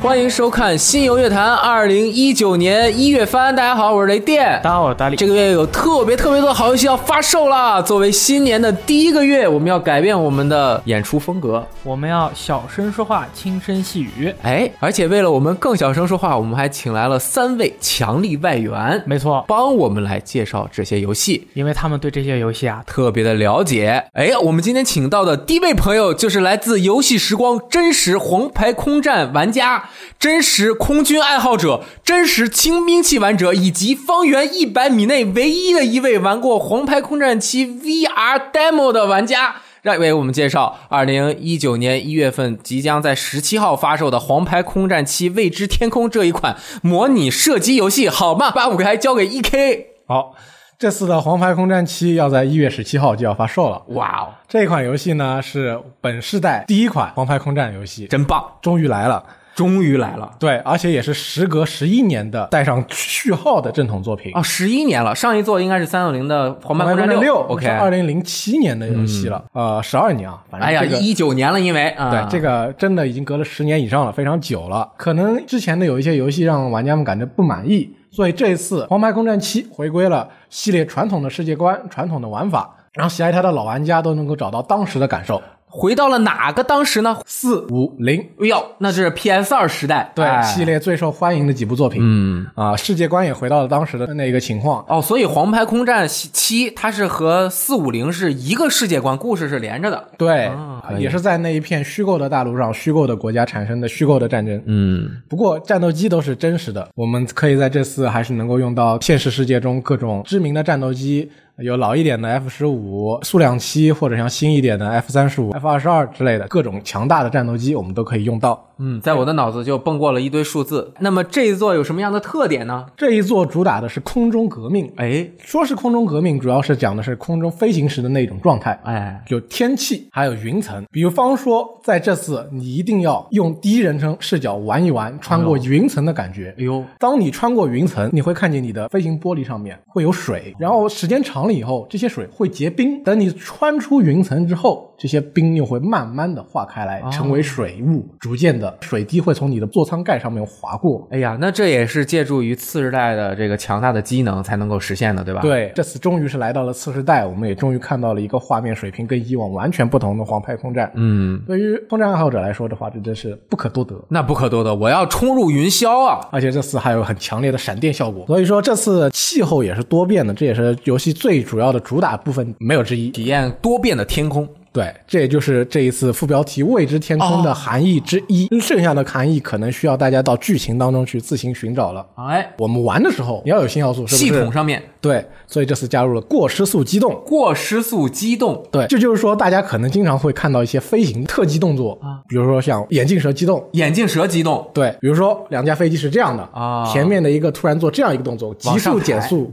欢迎收看《新游乐坛》二零一九年一月番。大家好，我是雷电。大家好，我是大力。这个月有特别特别多的好游戏要发售啦！作为新年的第一个月，我们要改变我们的演出风格。我们要小声说话，轻声细语。哎，而且为了我们更小声说话，我们还请来了三位强力外援，没错，帮我们来介绍这些游戏，因为他们对这些游戏啊，特别的了解。哎，我们今天请到的第一位朋友就是来自游戏时光真实黄牌空战玩家、真实空军爱好者、真实轻兵器玩者以及方圆一百米内唯一的一位玩过黄牌空战七 VR demo 的玩家。让为我们介绍二零一九年一月份即将在十七号发售的《黄牌空战七：未知天空》这一款模拟射击游戏，好吗？把舞台交给 E K。好，这次的《黄牌空战七》要在一月十七号就要发售了。哇哦，这款游戏呢是本世代第一款黄牌空战游戏，真棒！终于来了。终于来了对，而且也是时隔十一年的带上序号的正统作品。啊！十一年了，上一座应该是三六零的《黄牌空黄牌战空战六六》 OK，嗯二零零七年的游戏了，呃，十二年啊，反正哎呀，这个一九年了，因为啊，对，这个真的已经隔了十年以上了，非常久了。可能之前的有一些游戏让玩家们感觉不满意，所以这一次《黄牌空战七》回归了系列传统的世界观、传统的玩法，让喜爱它的老玩家都能够找到当时的感受。回到了哪个当时呢？四五零，哎呦，那是 PS 二时代，对、哎系列最受欢迎的几部作品，嗯，啊，世界观也回到了当时的那个情况。哦，所以《黄牌空战七》它是和四五零是一个世界观，故事是连着的。对、嗯可以也是在那一片虚构的大陆上、虚构的国家产生的虚构的战争。嗯，不过战斗机都是真实的，我们可以在这次还是能够用到现实世界中各种知名的战斗机，有老一点的 F 十五、苏两七，或者像新一点的 F 三十五、F 二十二之类的各种强大的战斗机，我们都可以用到。嗯，在我的脑子就蹦过了一堆数字。那么这一座有什么样的特点呢？这一座主打的是空中革命，哎说是空中革命，主要是讲的是空中飞行时的那种状态。哎，有天气，还有云层。比方说，在这次你一定要用第一人称视角玩一玩，穿过云层的感觉哎。呦，当你穿过云层，你会看见你的飞行玻璃上面会有水，然后时间长了以后，这些水会结冰。等你穿出云层之后，这些冰又会慢慢的化开来，成为水雾，逐渐的水滴会从你的座舱盖上面划过。哎呀，那这也是借助于次世代的这个强大的机能才能够实现的，对吧？，对，这次终于是来到了次世代，我们也终于看到了一个画面水平跟以往完全不同的黄牌空战。嗯，对于空战爱好者来说的话，这真是不可多得。那不可多得，我要冲入云霄啊！而且这次还有很强烈的闪电效果，所以说这次气候也是多变的，这也是游戏最主要的主打部分没有之一。体验多变的天空，对，这也就是这一次副标题“未知天空”的含义之一。剩下的含义可能需要大家到剧情当中去自行寻找了。哎，我们玩的时候你要有新要素，是不是？系统上面对，所以这次加入了过失速机动。过失速机动，对，这就是说大家可能经常会看到一些飞行特技动作啊，比如说像眼镜蛇机动，眼镜蛇机动，对，比如说两架飞机是这样的啊前面的一个突然做这样一个动作，往急上速抬减速，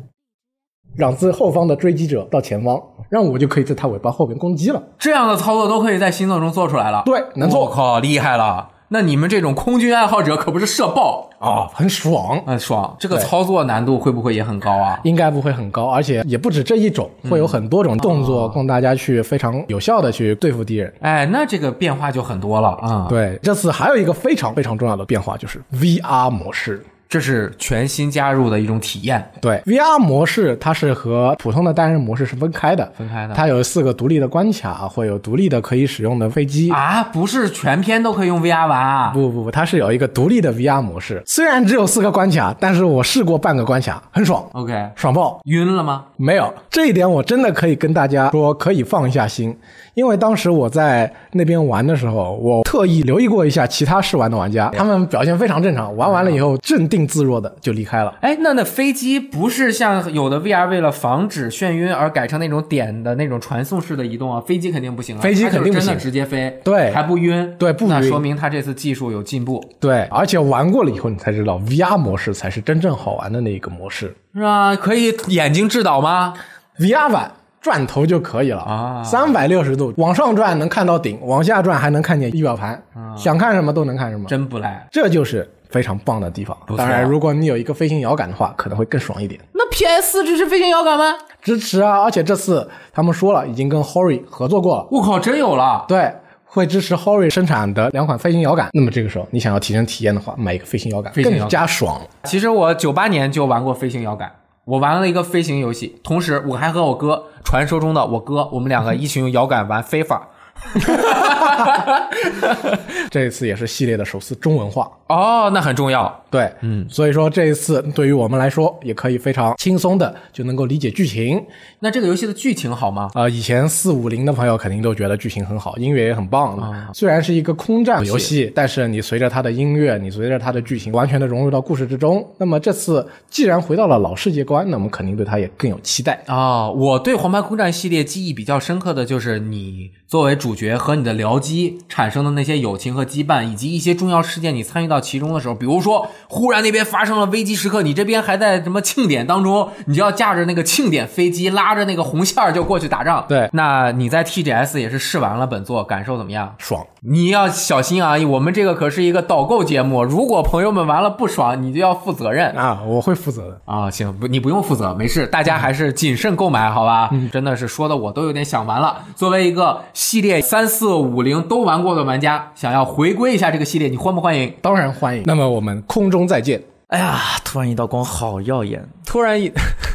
让自后方的追击者到前方，让我就可以在它尾巴后面攻击了。这样的操作都可以在新作中做出来了。对能做我靠，厉害了！那你们这种空军爱好者可不是社爆啊、很爽，啊、爽！这个操作难度会不会也很高啊？应该不会很高，而且也不止这一种，会有很多种动作供大家去非常有效的去对付敌人。哎，那这个变化就很多了啊。，对，这次还有一个非常非常重要的变化就是 VR 模式。这是全新加入的一种体验。对，VR 模式它是和普通的单人模式是分开的，分开的它有四个独立的关卡，会有独立的可以使用的飞机啊，不是全篇都可以用 VR 玩啊？不不不，它是有一个独立的 VR 模式，虽然只有四个关卡，但是我试过半个关卡，很爽， OK，爽爆！晕了吗？没有这一点，我真的可以跟大家说，可以放一下心，因为当时我在那边玩的时候，我特意留意过一下其他试玩的玩家，他们表现非常正常，玩完了以后镇定自若的就离开了。哎，那那飞机不是像有的 VR 为了防止眩晕而改成那种点的那种传送式的移动啊？飞机肯定不行啊，飞机它就是肯定不真的行直接飞，对还不晕，对不那晕说明它这次技术有进步，对，而且玩过了以后，你才知道 VR 模式才是真正好玩的那一个模式。是吧？可以眼睛制导吗？ VR 版转头就可以了啊三百六十度往上转能看到顶，往下转还能看见仪表盘，啊想看什么都能看什么，真不赖。这就是非常棒的地方不。错当然，如果你有一个飞行摇杆的话，可能会更爽一点。那 PS 支持飞行摇杆吗？支持啊！而且这次他们说了，已经跟 Hori 合作过了，我靠，真有了！对。会支持 Hori 生产的两款飞行摇杆。那么这个时候，你想要提升体验的话，买一个飞行摇杆飞行摇杆更加爽了。其实我九八年就玩过飞行摇杆，我玩了一个飞行游戏，同时我还和我哥，传说中的我哥，我们两个一起用摇杆玩飞法。 这一次也是系列的首次中文化。哦，那很重要。对，嗯，所以说这一次对于我们来说，也可以非常轻松的就能够理解剧情。那这个游戏的剧情好吗？呃，以前四五零的朋友肯定都觉得剧情很好，音乐也很棒。虽然是一个空战游戏，但是你随着它的音乐，你随着它的剧情，完全的融入到故事之中。那么这次既然回到了老世界观，那我们肯定对它也更有期待。哦，我对《黄牌空战》系列记忆比较深刻的就是你作为主角和你的僚机产生的那些友情和羁绊，以及一些重要事件你参与到其中的时候，比如说忽然那边发生了危机时刻，你这边还在什么庆典当中，你就要驾着那个庆典飞机拉着那个红线儿就过去打仗。对那你在 TGS 也是试玩了本作，感受怎么样？爽，你要小心啊！我们这个可是一个导购节目，如果朋友们玩了不爽，你就要负责任。啊，我会负责的。啊、行，不，你不用负责，没事，大家还是谨慎购买，好吧？真的是说的我都有点想完了。作为一个系列三四五零都玩过的玩家，想要回归一下这个系列，你欢不欢迎？当然欢迎。那么我们空中再见。哎呀，突然一道光好耀眼， 突然一？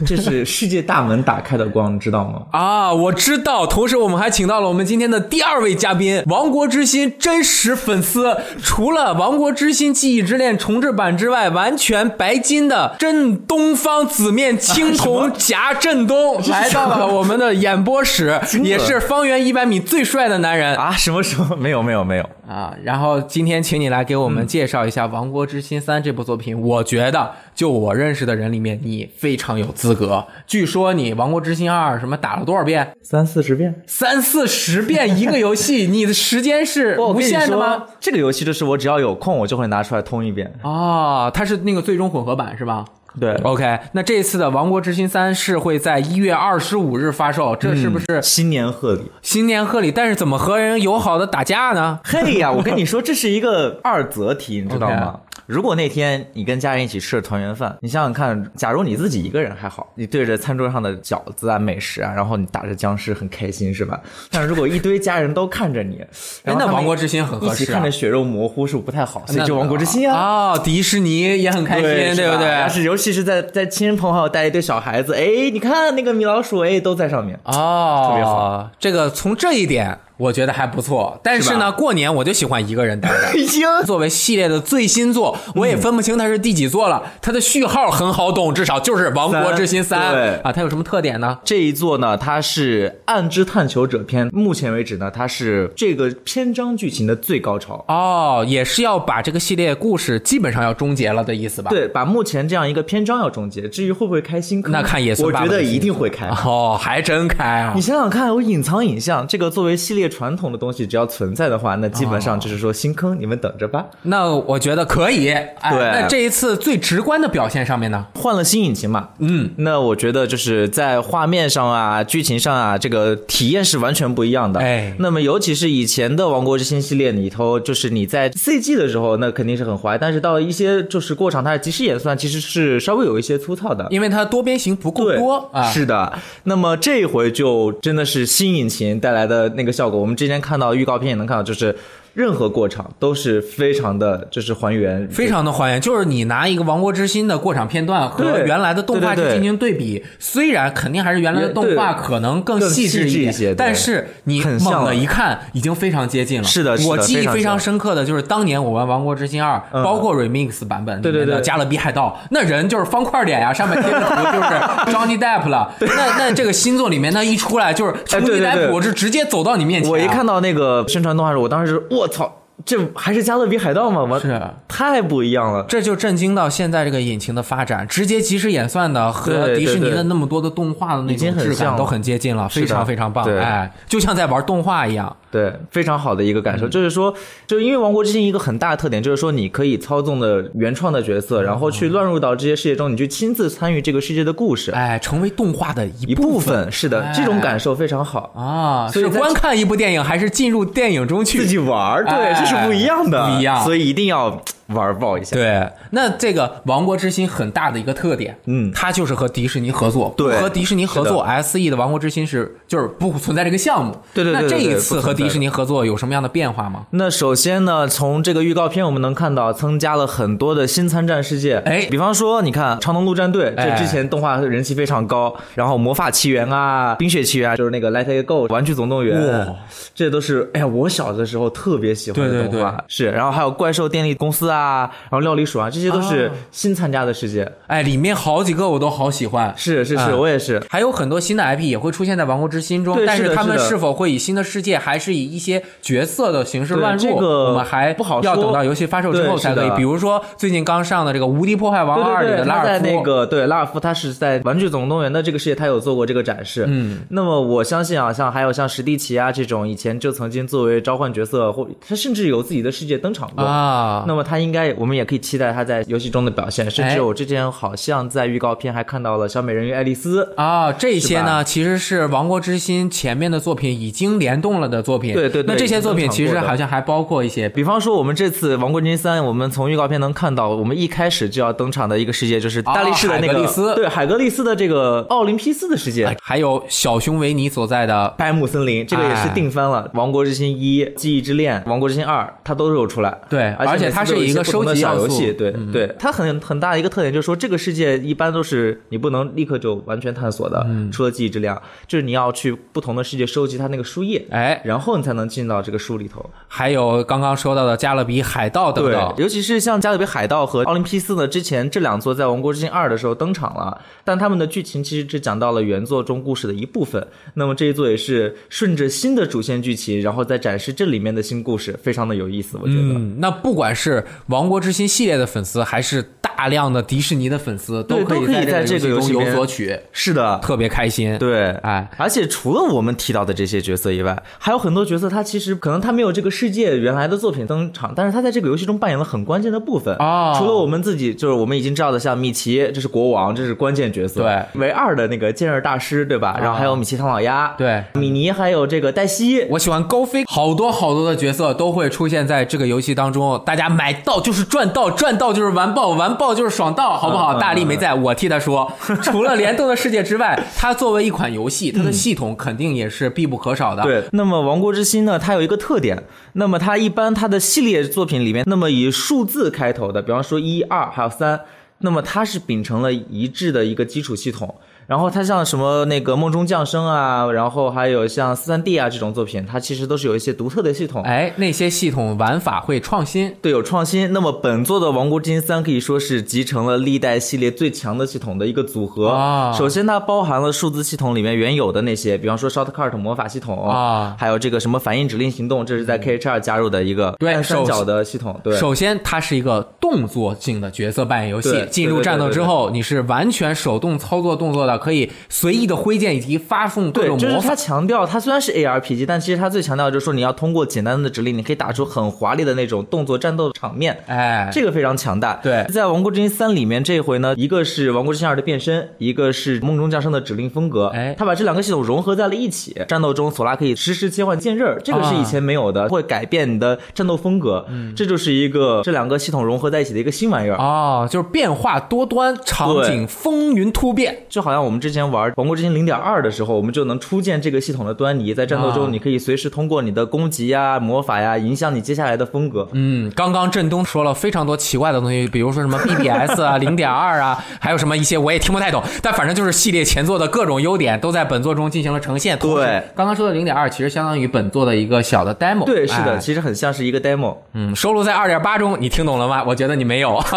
这是世界大门打开的光，你知道吗啊，我知道。同时，我们还请到了我们今天的第二位嘉宾——亡国之心真实粉丝。除了《亡国之心：记忆之恋》重制版之外，完全白金的正东方紫面青铜夹振 东来到了我们的演播 室，的也是方圆一百米最帅的男人。啊，什么什 么？没有没有没有，啊，然后今天请你来给我们介绍一下《亡国之心三》这部作品。我觉得，就我认识的人里面，你非常有资格。据说你《亡国之心二》什么打了多少遍？三四十遍。三四十遍一个游戏，你的时间 是我无跟你限的吗说？，这个游戏就是我只要有空，我就会拿出来通一遍。哦，它是那个最终混合版是吧？对， OK，那这次的《亡国之心三》是会在一月二十五日发售，这是不是新年贺礼。新年贺礼？但是怎么和人友好的打架呢？嘿呀，我跟你说，这是一个二择题，你知道吗 OK 如果那天你跟家人一起吃了团圆饭，你想想看，假如你自己一个人还好，你对着餐桌上的饺子啊、美食啊，然后你打着僵尸很开心，是吧？但是如果一堆家人都看着你，然后哎那他们亡国之心很合适啊一起看着血肉模糊是不太好，所以就亡国之心啊。啊、哦，迪士尼也很开心，对是吧不对？要是尤其是在在亲人朋好友带一堆小孩子，哎，你看那个米老鼠，哎，都在上面。哦，特别好。这个从这一点我觉得还不错，但是呢，过年我就喜欢一个人待着。已经作为系列的最新作，嗯我也分不清它是第几作了。它的序号很好懂，至少就是《亡国之心三三》对啊。它有什么特点呢？这一作呢，它是《暗之探求者篇》，目前为止呢，它是这个篇章剧情的最高潮。哦，也是要把这个系列故事基本上要终结了的意思吧？。对，把目前这样一个篇章要终结，至于会不会开心，可能那看野村我爸爸觉的得心情一定会开。哦，还真开啊你！想想看，有隐藏影像这个作为系列传统的东西，只要存在的话，那基本哦上就是说新坑，你们等着吧。那我觉得可以。哎，对那这一次最直观的表现上面呢？换了新引擎嘛，嗯，那我觉得就是在画面上啊、剧情上啊，这个体验是完全不一样的。哎那么尤其是以前的《王国之心》系列里头，就是你在 CG 的时候，那肯定是很滑，但是到一些就是过场，它的即时演算其实是稍微有一些粗糙的。因为它多边形不够对，多啊。是的。那么这一回就真的是新引擎带来的那个效果，我们之前看到预告片也能看到，就是任何过场都是非常的，就是还原，非常的还原，就是你拿一个《王国之心》的过场片段和对原来的动画去对对对进行对比，虽然肯定还是原来的动画对可能更更细致细致点，一些对但是你很像猛的了一看，已经非常接近了。是的是的我记忆非常非常像嗯深刻的就是当年我玩《王国之心二》，包括 remix 版本里对对面的对加勒比海盗，那人就是方块脸呀，上面贴的图就是 Johnny Depp 了。那那这个新作里面，那一出来就是 Johnny 哎对对 Depp，对我是直接走到你面前啊，我一看到那个宣传动画时，我当时我操，这还是加勒比海盗吗？我是啊太不一样了。这就震惊到现在这个引擎的发展，直接即时演算的和对迪士尼对的对那么多的动画的那已经种很质像感了都很接近了，是的非常非常棒，对哎，就像在玩动画一样。对，非常好的一个感嗯受，就是说，就因为《王国之心》一个很大的特点就是说，你可以操纵的原创的角嗯色，然后去乱入到这些世界中，你去亲自参与这个世界的故事，哎，成为动画的一一部分是的哎，这种感受非常好。啊，所以是在观看一部电影还是进入电影中自去？己玩儿，哎对，这是是不一样的，不一样所以一定要玩爆一下。对，那这个《王国之心》很大的一个特点，嗯它就是和迪士尼合作，对和迪士尼合作，S E 的《王国之心》是就是不存在这个项目，对对对对那这一对次不存在和的迪士尼合作有什么样的变化吗？那首先呢，从这个预告片我们能看到，增加了很多的新参战世界。哎比方说，你看《长龙陆战队》，哎这之前动画人气非常高，然后《魔法奇缘》啊，《冰雪奇缘》啊，就是那个《Let It Go》《玩具总动员》哇这都是哎呀，我小的时候特别喜欢的对动对画。是，然后还有《怪兽电力公司》啊，然后《料理鼠》啊，这些都是新参加的世界。哎，里面好几个我都好喜欢，是是是，嗯我也是。还有很多新的 IP 也会出现在《王国之心》中，对但是的他们是的是否会以新的世界，还是以一些角色的形式对乱入，这个我们还不好要说等到游戏发售之后对是才的可以。比如说最近刚上的这个《无敌破坏王对二》里对的对，拉他尔在夫，那个对拉尔夫，他是在《玩具总动员》的这个世界，他有做过这个展示。嗯，那么我相信啊，像还有像史蒂奇啊这种，以前就曾经作为召唤角色，或他甚至有自己的世界登场过。啊，那么他应该，我们也可以期待他在游戏中的表现。甚哎至我之前好像在预告片还看到了小美人鱼爱丽丝。啊，这些是呢吧其实是《王国之心》前面的作品已经联动了的作品。对对对那这些作品其已经实登场过的好像还包括一些，比方说，我们这次《王国之心三》，我们从预告片能看到，我们一开始就要登场的一个世界就是大力士的那啊海个、格力斯对海格力斯的这个奥林匹斯的世界。哎还有小熊维尼所在的白木森林，这个也哎是定番了，王国之心一》《记忆之恋》《王国之心二》，它都是有出来。对而而且它它是一个收集要小游素嗯戏，对、对，它很很大的一个特点就是说，这个世界一般都是你不能立刻就完全探索的，嗯除了《记忆之恋》，就是你要去不同的世界收集它那个书页，哎，然后你才能进到这个书里头。还有刚刚说到的加勒比海盗等等。尤其是像《加勒比海盗》和《奥林匹斯》呢，之前这两座在《王国之心二》的时候登场了，但他们的剧情其实只讲到了原作中故事的一部分。那么这一座也是顺着新的主线剧情，然后再展示这里面的新故事，非常的有意思，我觉得。嗯，那不管是《王国之心》系列的粉丝，还是大量的迪士尼的粉丝，对可都可以在在这个游游戏中里有面所取，是的，特别开心。，对，哎而且除了我们提到的这些角色以外，还有很多角色，他其实可能他没有这个世界原来的作品登场，但是他在这个游戏中扮演了很关键的部分哦除了我们自己，就是我们已经知道的，像米奇，这是国王，这是关键角色，对，啊唯二的那个剑刃大师，对吧？然后还有米奇唐老鸭，对，米妮，还有这个黛西。我喜欢高飞，好多好多的角色都会出现在这个游戏当中。大家买到就是赚到，赚到就是完爆，完爆就是爽到，好不好？嗯嗯大力没在，我替他 说。除了联动的世界之外，它作为一款游戏，它的系统肯定也是必不可少的。，嗯对，那么《王国之心》呢，它有一个特点，那么它一般它的系列作品里面，那么以数字开头的，比方说一、二还有三，那么它是秉承了一致的一个基础系统。然后它像什么那个《梦中降生》啊，然后还有像《四三 D》啊这种作品，它其实都是有一些独特的系统。哎，那些系统玩法会创新。对，有创新。那么本作的《王国之心三》可以说是集成了历代系列最强的系统的一个组合。啊首先它包含了数字系统里面原有的那些，比方说 shortcut 魔法系统啊还有这个什么反应指令行动，这是在 KHR 加入的一个对按首三角的系统。对，首先，它是一个动作性的角色扮演游戏对，进入战斗之后，你是完全手动操作动作的，可以随意的挥剑以及发送各对，种就是魔法它。强调，它虽然是 ARPG，但其实它最强调的就是说你要通过简单的指令，你可以打出很华丽的那种动作战斗场面。哎，这个非常强大。对在《王国之心三》里面，这回呢，一个是《王国之心二》的变身，一个是《梦中降生》的指令风格。哎他把这两个系统融合在了一起。战斗中，索拉可以实时切换剑刃儿，这个啊是以前没有的，会改变你的战斗风格。嗯这就是一个这两个系统融合在一起的一个新玩意儿。哦，就是变化多端，场景风云突变。就好像我们之前玩《王国之心零点二》的时候，我们就能初见这个系统的端倪，在战斗啊中，你可以随时通过你的攻击呀、魔法呀，影响你接下来的风格。嗯，刚刚振东说了非常多奇怪的东西，比如说什 么 BBS 啊、零点二啊，还有什么一些我也听不太懂，但反正就是系列前作的各种优点都在本作中进行了呈现。同时对，刚刚说的零点二其实相当于本作的一个小的 demo。对，是的，哎其实很像是一个 demo。嗯，收录在二点八中，你听懂了吗？我觉得你没有，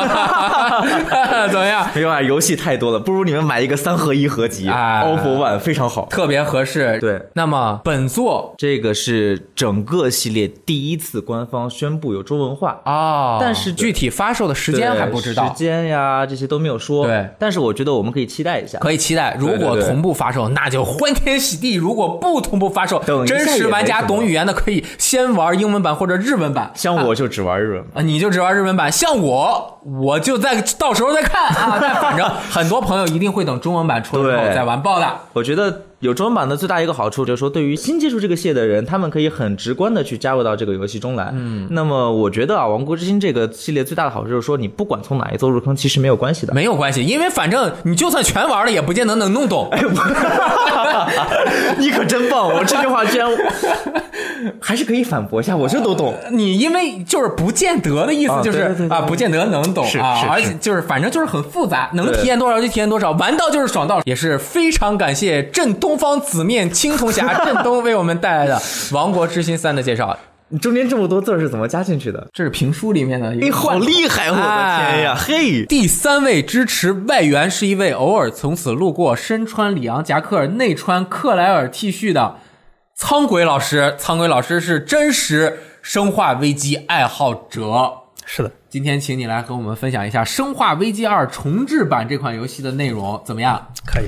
怎么样？没有啊，游戏太多了，不如你们买一个三合一合集、啊 o f f o One 非常好。特别合适。对，那么本作这个是整个系列第一次官方宣布有中文化，哦，但是具体发售的时间对还不知道时，间呀这些都没有说。对，但是我觉得我们可以期待一下。可以期待。如果对对同步发售，那就欢天喜地；如果不同步发售，等一下真也实玩家没什么懂语言的可以先玩英文版或者日文版。像我就只玩日文。啊，你就只玩日文版，像我，我就在 到时候再看啊。但反正很多朋友一定会等中文版出来之后对再完爆的。我觉得有中文版的最大一个好处就是说，对于新接触这个系列的人，他们可以很直观的去加入到这个游戏中来。嗯，那么我觉得啊，《王国之心》这个系列最大的好处就是说，你不管从哪一座入坑，其实没有关系的。没有关系，因为反正你就算全玩了，也不见得能弄懂。哎 你可真棒！我这句话居然还是可以反驳一下，我这都懂。你因为就是不见得的意思，啊就是对对对对啊，不见得能懂是啊是，而且就是反正就是很复杂，能对体验多少就体验多少，玩到就是爽到。也是非常感谢镇东方紫面青铜侠镇东为我们带来的《王国之心三》的介绍，你中间这么多字儿是怎么加进去的？这是评书里面的一 哎，个好厉害！我的天呀，嘿，第三位支持外援是一位偶尔从此路过，身穿里昂夹克、内穿克莱尔 T 恤的苍鬼老师。苍鬼老师是真实生化危机爱好者。是的，今天请你来和我们分享一下《生化危机二重置版》这款游戏的内容怎么样？可以。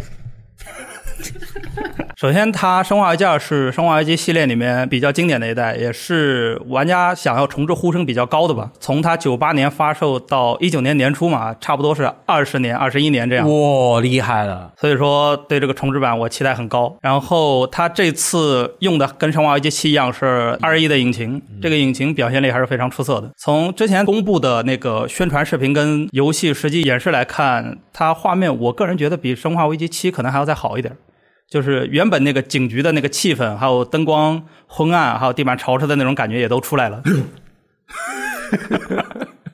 首先，它《生化危机二》是《生化危机》系列里面比较经典的一代，也是玩家想要重置呼声比较高的吧。从它九八年发售到一九年年初嘛，差不多是二十年、二十一年这样。哇，厉害了！所以说，对这个重置版我期待很高。然后它这次用的跟《生化危机七》一样是二一的引擎，这个引擎表现力还是非常出色的。从之前公布的那个宣传视频跟游戏实际演示来看，它画面我个人觉得比《生化危机七》可能还要再好一点。就是原本那个警局的那个气氛，还有灯光昏暗，还有地板潮湿的那种感觉也都出来 了。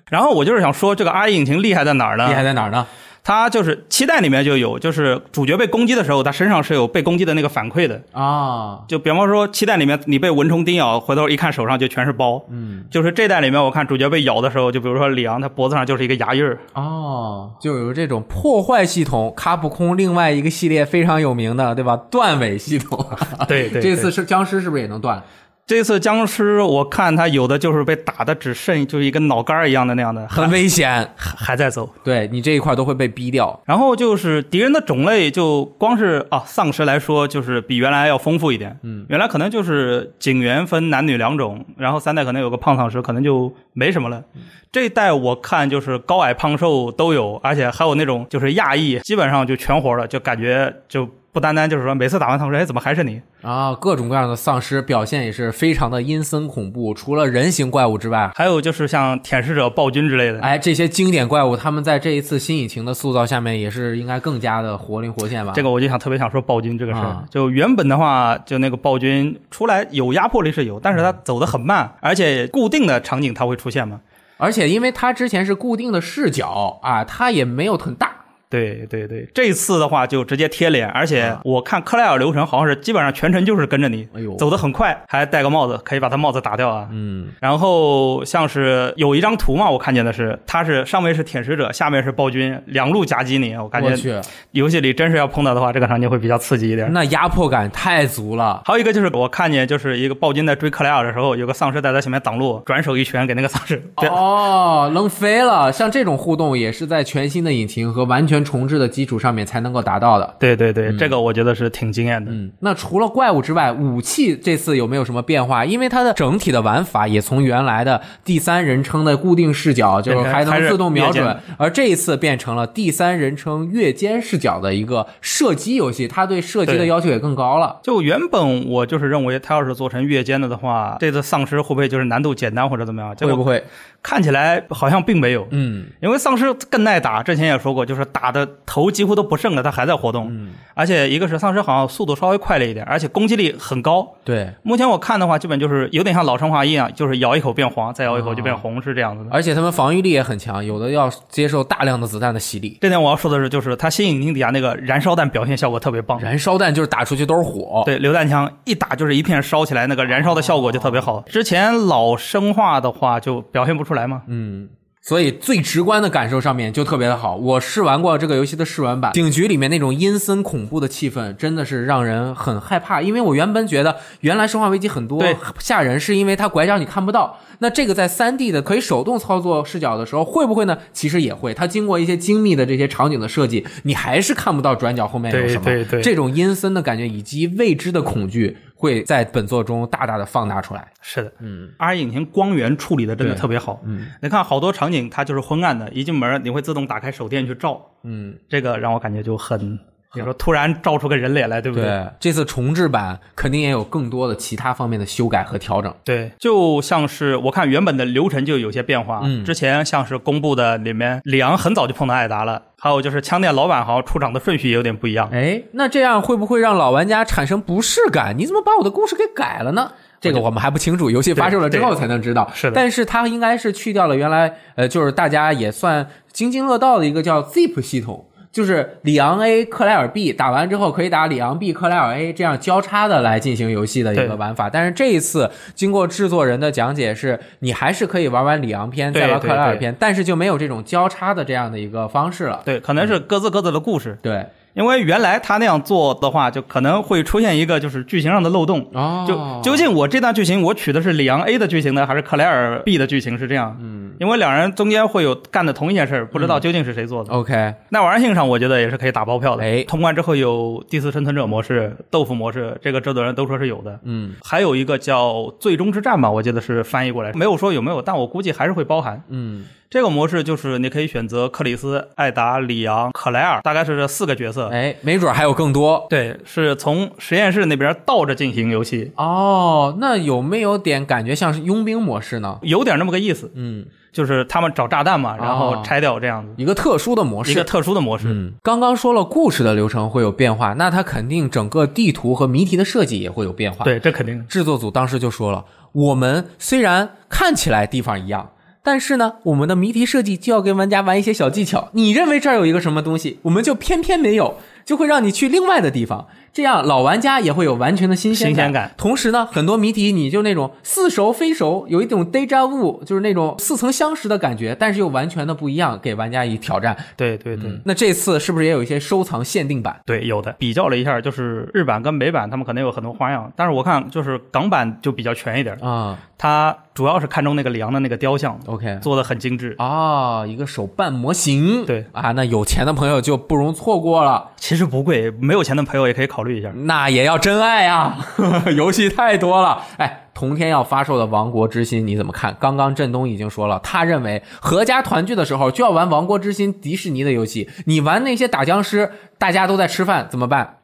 然后我就是想说，这个 R 引擎厉害在哪儿呢？厉害在哪儿呢？它就是期待里面就有，就是主角被攻击的时候，他身上是有被攻击的那个反馈的。啊，就比方说，期待里面你被蚊虫叮咬，回头一看手上就全是包。嗯，就是这代里面，我看主角被咬的时候，就比如说里昂他脖子上就是一个牙印儿。哦，就有这种破坏系统，卡普空另外一个系列非常有名的，对吧？断尾系 统，啊对嗯对对这次是僵尸是不是也能断？这次僵尸，我看他有的就是被打的只剩就是一个脑干儿一样的那样的，还很危险，还在走。 对你这一块都会被逼掉。然后就是敌人的种类，就光是啊丧尸来说，就是比原来要丰富一点。嗯，原来可能就是警员分男女两种，然后三代可能有个胖丧尸，可能就没什么了。这一代我看就是高矮胖瘦都有，而且还有那种就是亚裔，基本上就全活了，就感觉就不单单就是说每次打完丧尸，哎，怎么还是你？啊，各种各样的丧尸表现也是非常的阴森恐怖。除了人形怪物之外，还有就是像舔食者、暴君之类的。哎，这些经典怪物，他们在这一次新引擎的塑造下面，也是应该更加的活灵活现吧？这个我就想特别想说暴君这个事儿啊。就原本的话，就那个暴君出来有压迫力是有，但是他嗯走得很慢，而且固定的场景它会出现嘛。而且因为它之前是固定的视角啊，它也没有很大。对对对，这次的话就直接贴脸，而且我看克莱尔流程好像是基本上全程就是跟着你，啊哎呦走得很快，还戴个帽子，可以把他帽子打掉啊。嗯，然后像是有一张图嘛，我看见的是，他是上面是舔食者，下面是暴君，两路夹击你，我感我觉去，游戏里真是要碰到的话，这个场景会比较刺激一点。那压迫感太足了。还有一个就是我看见就是一个暴君在追克莱尔的时候，有个丧尸在他前面挡路，转手一拳给那个丧尸。对，哦，扔飞了！像这种互动也是在全新的引擎和完全重置的基础上面才能够达到的。对对对，这个我觉得是挺惊艳的。嗯，那除了怪物之外，武器这次有没有什么变化？因为它的整体的玩法也从原来的第三人称的固定视角，就是还能自动瞄还准是，而这一次变成了第三人称越肩视角的一个射击游戏，它对射击的对要求也更高了。就原本我就是认为他要是做成越肩的的话，这次丧尸会不会就是难度简单或者怎么样？结会不果会？看起来好像并没有，嗯，因为丧尸更耐打，之前也说过，就是打的头几乎都不剩了，它还在活动。嗯而且一个是丧尸好像速度稍微快了一点，而且攻击力很高，对，目前我看的话，基本就是有点像老生化一样，就是咬一口变黄，再咬一口就哦变红，是这样子的。而且他们防御力也很强，有的要接受大量的子弹的洗礼。这点我要说的是，就是它新引擎底下那个燃烧弹表现效果特别棒，燃烧弹就是打出去都是火，对，榴弹枪一打就是一片烧起来，那个燃烧的效果就特别哦好。之前老生化的话就表现不出来嘛。嗯所以最直观的感受上面就特别的好。我试玩过这个游戏的试玩版，警局里面那种阴森恐怖的气氛真的是让人很害怕。因为我原本觉得原来《生化危机》很多对吓人是因为它拐角你看不到，那这个在3 D 的可以手动操作视角的时候会不会呢？其实也会，它经过一些精密的这些场景的设计，你还是看不到转角后面有对什么。对对这种阴森的感觉以及未知的恐惧会在本作中大大的放大出来。是的，嗯，R 引擎光源处理的真的对特别好。嗯，你看好多场景它就是昏暗的，一进门你会自动打开手电去照。嗯，这个让我感觉就很你说突然照出个人脸来，对不对？对，这次重置版肯定也有更多的其他方面的修改和调整。对，就像是我看原本的流程就有些变化。嗯之前像是公布的里面，里昂很早就碰到艾达了，还有就是枪店老板好像出场的顺序也有点不一样。哎，那这样会不会让老玩家产生不适感？你怎么把我的故事给改了呢？这个我们还不清楚，游戏发售了之后才能知道。是的但是它应该是去掉了原来呃，就是大家也算津津乐道的一个叫 Zip 系统，就是里昂 A 克莱尔 B 打完之后可以打里昂 B 克莱尔 A 这样交叉的来进行游戏的一个对玩法。但是这一次经过制作人的讲解是，你还是可以玩完里昂篇再对玩克对莱尔对篇，但是就没有这种交叉的这样的一个方式了。对，可能是各自各自的故事，对，因为原来他那样做的话，就可能会出现一个就是剧情上的漏洞。哦，就究竟我这段剧情我取的是里昂 A 的剧情呢，还是克莱尔 B 的剧情？是这样，嗯，因为两人中间会有干的同一件事儿，不知嗯道究竟是谁做的。 OK。那玩性上，我觉得也是可以打包票的。哎通关之后有第四生存者模式、豆腐模式，这个制作人都说是有的。嗯，还有一个叫《最终之战》吧，我记得是翻译过来，没有说有没有，但我估计还是会包含。嗯这个模式就是你可以选择克里斯、艾达、里昂、克莱尔，大概是这四个角，色。哎，没准还有更多对，是从实验室那边倒着进行游戏，哦。那有没有点感觉像是佣兵模式呢？有点那么个意思，嗯，就是他们找炸弹哦嘛，然后拆掉这样子，一个特殊的模一个式。特殊的模式。嗯，刚刚说了故事的流程会有变化，那它肯定整个地图和谜题的设计也会有变化。，对，这肯定。制作组当时就说了，我们虽然看起来地方一样。但是呢，我们的谜题设计就要跟玩家玩一些小技巧。你认为这儿有一个什么东西，我们就偏偏没有，就会让你去另外的地方。这样老玩家也会有完全的新鲜新鲜感同时呢，很多谜题你就那种似熟非熟，有一种 deja vu，就是那种似曾相识的感觉，但是又完全的不一样，给玩家以挑战。对对对。那这次是不是也有一些收藏限定版？对，有的比较了一下，就是日版跟美版，他们可能有很多花样，但是我看就是港版就比较全一点，啊、哦它主要是看中那个里昂的那个雕像， o k 做的很精致。哦，一个手办模型，对啊，那有钱的朋友就不容错过了，其实不贵，没有钱的朋友也可以考虑一下。那也要真爱啊， 游戏太多了，哎。同天要发售的《王国之心》你怎么看？刚刚振东已经说了，他认为合家团聚的时候就要玩《王国之心》迪士尼的游戏。你玩那些打僵尸，大家都在吃饭怎么办？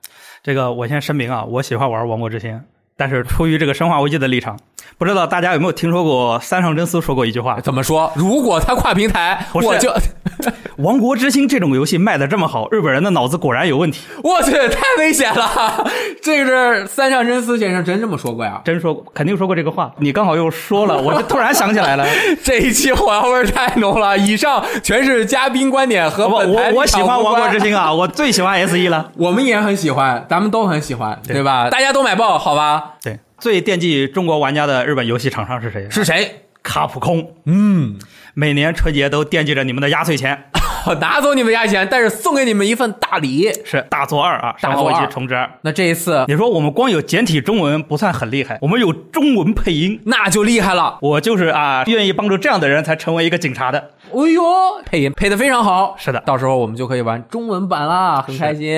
这个我先声明啊，我喜欢玩《王国之心》，但是出于这个《生化危机》的立场，不知道大家有没有听说过三上真司说过一句话：“怎么说？如果他跨平台，不是我就 王国之心这种游戏卖的这么好，日本人的脑子果然有问题。我去，太危险了！ 这个是三上真司先生真这么说过呀？真说过肯定说过这个话，你刚好又说了，我就突然想起 来了。这一期火药味儿太浓了，以上全是嘉宾观点和我本台我我立喜场欢无王国关之心啊，我最喜欢 S E 了。我们也很喜欢，咱们都很喜欢，对吧？大家都买爆，好吧？对，最惦记中国玩家的日本游戏厂商是谁？是谁？卡普空。嗯，每年春节都惦记着你们的压岁钱， 拿走你们家钱，但是送给你们一份大礼。是大作二啊，大生作化二危机重置二。那这一次你说我们光有简体中文不算很厉害，我们有中文配音。那就厉害了，我就是啊，愿意帮助这样的人才成为一个警察的。哎呦，配音配的非常好。是的到时候我们就可以玩中文版啦，很开心。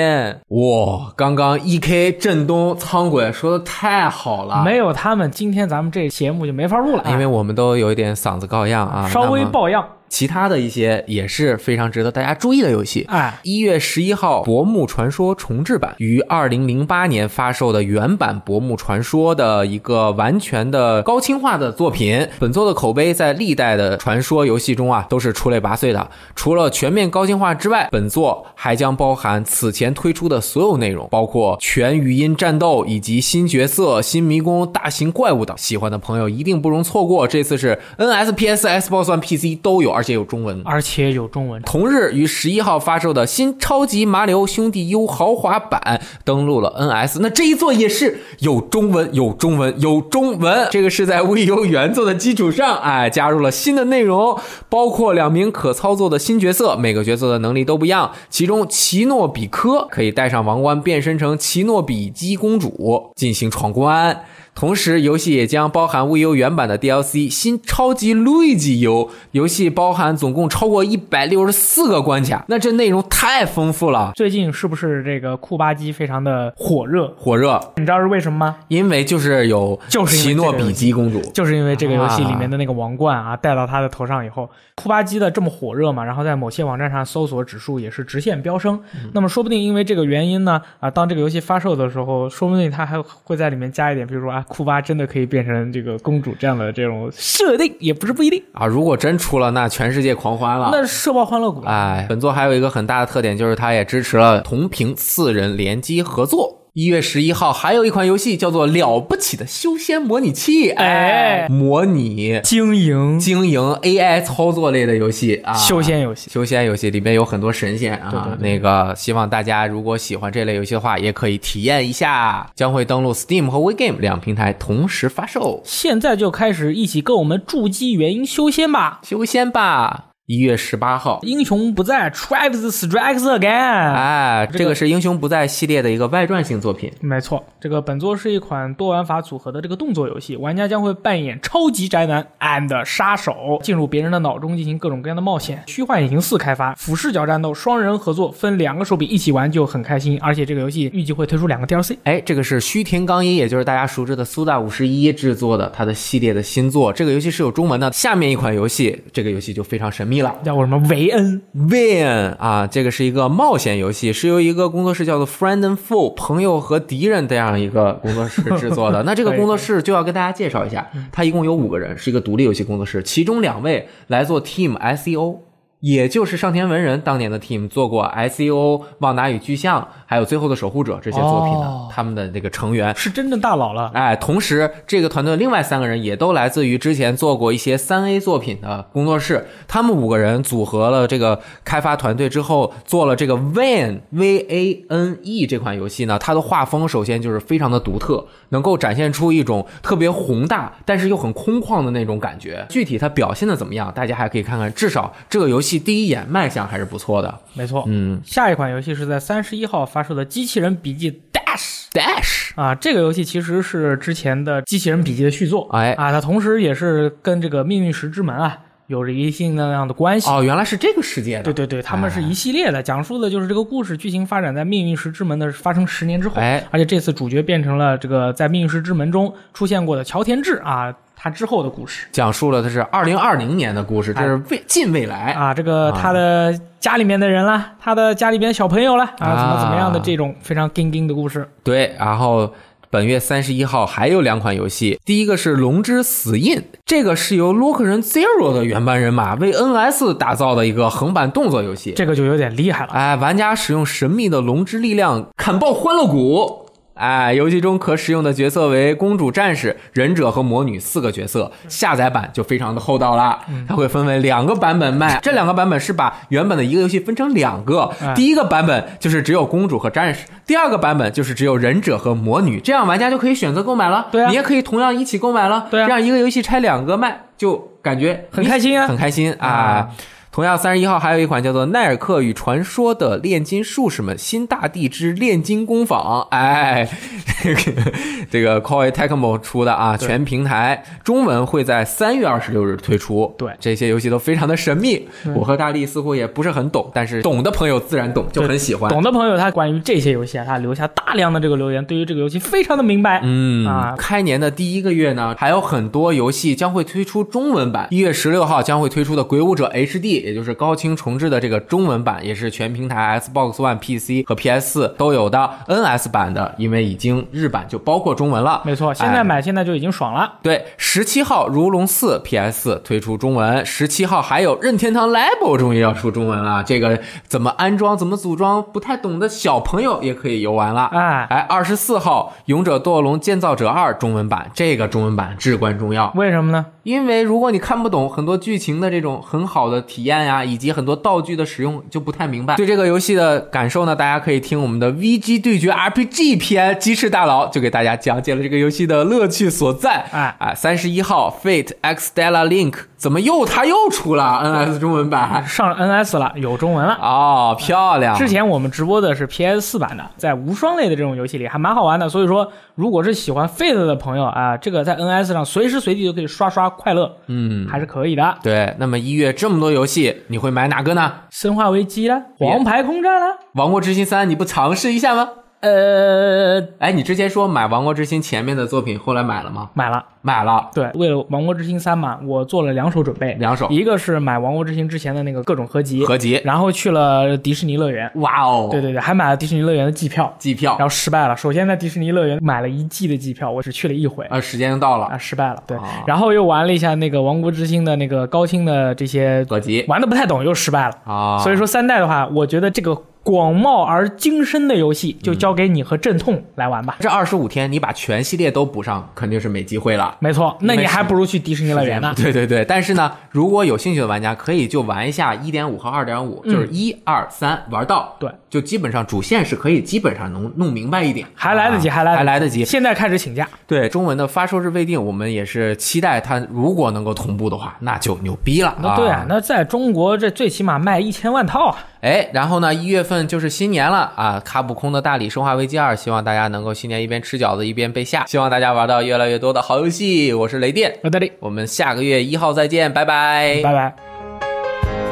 哇，刚刚 E K 振东苍鬼说的太好了，没有他们，今天咱们这节目就没法录了，啊因为我们都有一点嗓子高恙啊，稍微那么抱恙。其他的一些也是非常值得大家注意的游戏。哎，一月十一号，《薄暮传说》重制版于二零零八年发售的原版《薄暮传说》的一个完全的高清化的作品。本作的口碑在历代的传说游戏中啊都是出类拔萃的。除了全面高清化之外，本作还将包含此前推出的所有内容，包括全语音战斗以及新角色、新迷宫、大型怪物等。喜欢的朋友一定不容错过。这次是 NS、PS、Xbox One、PC 都有，而且有中文。而且有中文。同日于十一号发售的新《超级麻流兄弟 U 豪华版》登陆了 NS，那这一座也是有中文，有中文，有中文。这个是在 VU 原作的基础上，哎，加入了新的内容，包括两名可操作的新角色，每个角色的能力都不一样。其中奇诺比科可以戴上王冠，变身成奇诺比基公主进行闯关。同时，游戏也将包含 VU 原版的 DLC 新超级路易吉游。游戏包含总共超过一百六十四个关卡，那这内容太丰富了，最近是不是这个库巴基非常的火热？火热！你知道是为什么吗？因为就是有就是因为奇诺这个游比戏基公主，就是因为这个游戏里面的那个王冠啊，戴到他的头上以后，库巴基的这么火热嘛，然后在某些网站上搜索指数也是直线飙升。那么说不定因为这个原因呢，啊，当这个游戏发售的时候，说不定他还会在里面加一点，比如说啊，库巴真的可以变成这个公主这样的这种设定，也不是不一定。啊，如果真出了，那全世界狂欢了。那社爆欢乐谷，啊哎，本作还有一个很大的特点，就是它也支持了同屏四人联机合作。一月十一号，还有一款游戏叫做《了不起的修仙模拟器》，哎模拟经营经营 AI 操作类的游戏啊，修仙游戏，修仙游戏里面有很多神仙啊，对对对那个希望大家如果喜欢这类游戏的话，也可以体验一下。将会登陆 Steam 和 WeGame 两平台同时发售，现在就开始一起跟我们筑基元婴修仙吧。修仙吧！一月十八号，英雄不在，Travis strikes again。哎，个这个是《英雄不在》系列的一个外传性作品。没错，这个本作是一款多玩法组合的这个动作游戏，玩家将会扮演超级宅男 and 杀手，进入别人的脑中进行各种各样的冒险。虚幻引擎四开发，俯视角战斗，双人合作，分两个手柄一起玩就很开心。而且这个游戏预计会推出两个 DLC。哎，这个是须田刚一，也就是大家熟知的苏大五十一制作的他的系列的新作。这个游戏是有中文的。下面一款游戏，这个游戏就非常神秘了。叫我什么维恩？ Win 啊，这个是一个冒险游戏，是由一个工作室叫做 Friend and Foe 朋友和敌人这样一个工作室制作的。那这个工作室就要跟大家介绍一下，它一共有五个人，是一个独立游戏工作室，其中两位来做 Team SEO。也就是上田文人当年的 team 做过 SEO、旺达与巨像，还有最后的守护者这些作品的，哦他们的这个成员是真正大佬了。哎，同时这个团队另外三个人也都来自于之前做过一些三 A 作品的工作室，他们五个人组合了这个开发团队之后，做了这个 Van V A N E 这款游戏呢，它的画风首先就是非常的独特，能够展现出一种特别宏大但是又很空旷的那种感觉。具体它表现的怎么样，大家还可以看看，至少这个游戏第一眼卖相还是不错的。没错，嗯下一款游戏是在三十一号发售的《机器人笔记 Dash》。 ，Dash 啊，这个游戏其实是之前的《机器人笔记》的续作，哎啊，它同时也是跟这个《命运石之门啊》有着一定的那样的关系。哦，原来是这个世界的。哎对对对，他们是一系列的，讲述的就是这个故事剧情发展在《命运石之门》的发生十年之后，哎而且这次主角变成了这个在《命运石之门》中出现过的乔田智啊，他之后的故事讲述了的是二零二零年的故事，这是未近未来。啊，这个他的家里面的人啦，他的家里边的小朋友啦，啊，怎么怎么样的这种非常硬硬的故事，对，然后本月三十一号还有两款游戏，第一个是《龙之死印》，这个是由洛克人 Zero 的原班人马为 NS 打造的一个横版动作游戏。这个就有点厉害了。哎，玩家使用神秘的龙之力量砍爆欢乐谷。哎，游戏中可使用的角色为公主、战士、忍者和魔女四个角色。下载版就非常的厚道啦，嗯它会分为两个版本卖。这两个版本是把原本的一个游戏分成两个，哎第一个版本就是只有公主和战士，第二个版本就是只有忍者和魔女。这样玩家就可以选择购买了，对啊你也可以同样一起购买了。对啊这样一个游戏拆两个卖，就感觉很开心啊很开心啊啊！同样，三十一号还有一款叫做《奈尔克与传说的炼金术士们：新大地之炼金工坊》，哎， 这个这个 Koei Tecmo 出的啊，全平台中文会在三月二十六日推出。对这些游戏都非常的神秘，我和大力似乎也不是很懂，但是懂的朋友自然懂，就很喜欢。懂的朋友，他关于这些游戏啊，他留下大量的这个留言，对于这个游戏非常的明白。嗯啊开年的第一个月呢，还有很多游戏将会推出中文版。一月十六号将会推出的《鬼武者 HD》，也就是高清重制的这个中文版，也是全平台 Xbox One、PC 和 PS 都有的 NS 版的，因为已经日版就包括中文了。没错，现在哎买现在就已经爽了。对，十七号《如龙四》PS 推出中文，十七号还有任天堂 Labo 终于要出中文了。这个怎么安装、怎么组装，不太懂的小朋友也可以游玩了。哎哎，二十四号《勇者斗恶龙：建造者二》中文版，这个中文版至关重要，为什么呢？因为如果你看不懂很多剧情的这种很好的体验呀、以及很多道具的使用，就不太明白。对这个游戏的感受呢，大家可以听我们的 VG 对决 RPG 篇，鸡翅大佬就给大家讲解了这个游戏的乐趣所在。哎啊，三十一号 Fate X Stella Link 怎么又它又出了 NS 中文版？上了 NS 了，有中文了。哦，漂亮！之前我们直播的是 PS 四版的，在无双类的这种游戏里还蛮好玩的。所以说，如果是喜欢 Fate 的朋友啊，这个在 NS 上随时随地就可以刷刷快乐，嗯，还是可以的。对，那么一月这么多游戏，你会买哪个呢？生化危机啦，王牌空战啦， 《王国之心三》，你不尝试一下吗？呃，哎，你之前说买《王国之心》前面的作品，后来买了吗？买了。买了。对，为了《王国之心三》嘛，我做了两手准备，两手一个是买《王国之心》之前的那个各种合集，合集然后去了迪士尼乐园，哇哦，对对对，还买了迪士尼乐园的季票，机票然，后失败了。首先在迪士尼乐园买了一季的季票，我只去了一回。呃，时间到啊，了，失败了，对啊，然后又玩了一下那个《王国之心》的那个高清的这些，合集玩的不太懂，又失败了。啊。所以说三代的话，我觉得这个广袤而精深的游戏，就交给你和阵痛来玩吧。这二十五天你把全系列都补上，肯定是没机会了。没错，那你还不如去迪士尼乐园呢。对对对，但是呢，如果有兴趣的玩家，可以就玩一下一点五和二点五，就是一二三玩到，嗯对，就基本上主线是可以基本上能弄明白一点，还来得及，啊来得及，还来得及。现在开始请假，对中文的发售日未定，我们也是期待它如果能够同步的话，那就牛逼了。那对啊，那在中国这最起码卖一千万套啊！哎，然后呢，一月份就是新年了啊！卡普空的大理《生化危机二》，希望大家能够新年一边吃饺子一边被吓，希望大家玩到越来越多的好游戏。我是雷电，老大力，我们下个月一号再见，拜拜。拜拜。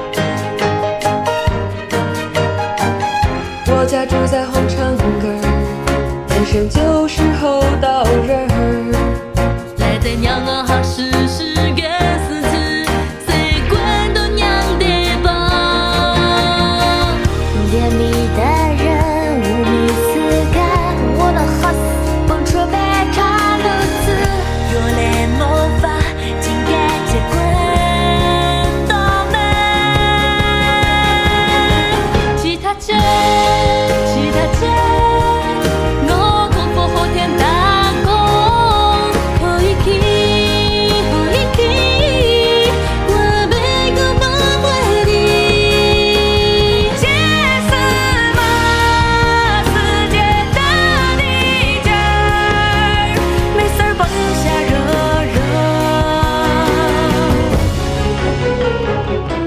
我家住在红城根儿，天生就是厚道人儿。来得娘我好试试个狮子，谁管都娘的吧。夜里的人无米之干，我的好死蹦出白茶路子，若来魔法，竟该接滚倒霉。吉他姐，吉他姐，我功夫好天打工，好一起，好一起，我每个梦为你。杰斯玛，世界大地震，没事儿蹦下热热。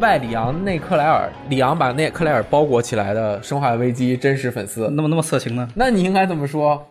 外里昂内克莱尔，里昂把内克莱尔包裹起来的《生化危机》真实粉丝，那么那么色情呢？那你应该怎么说？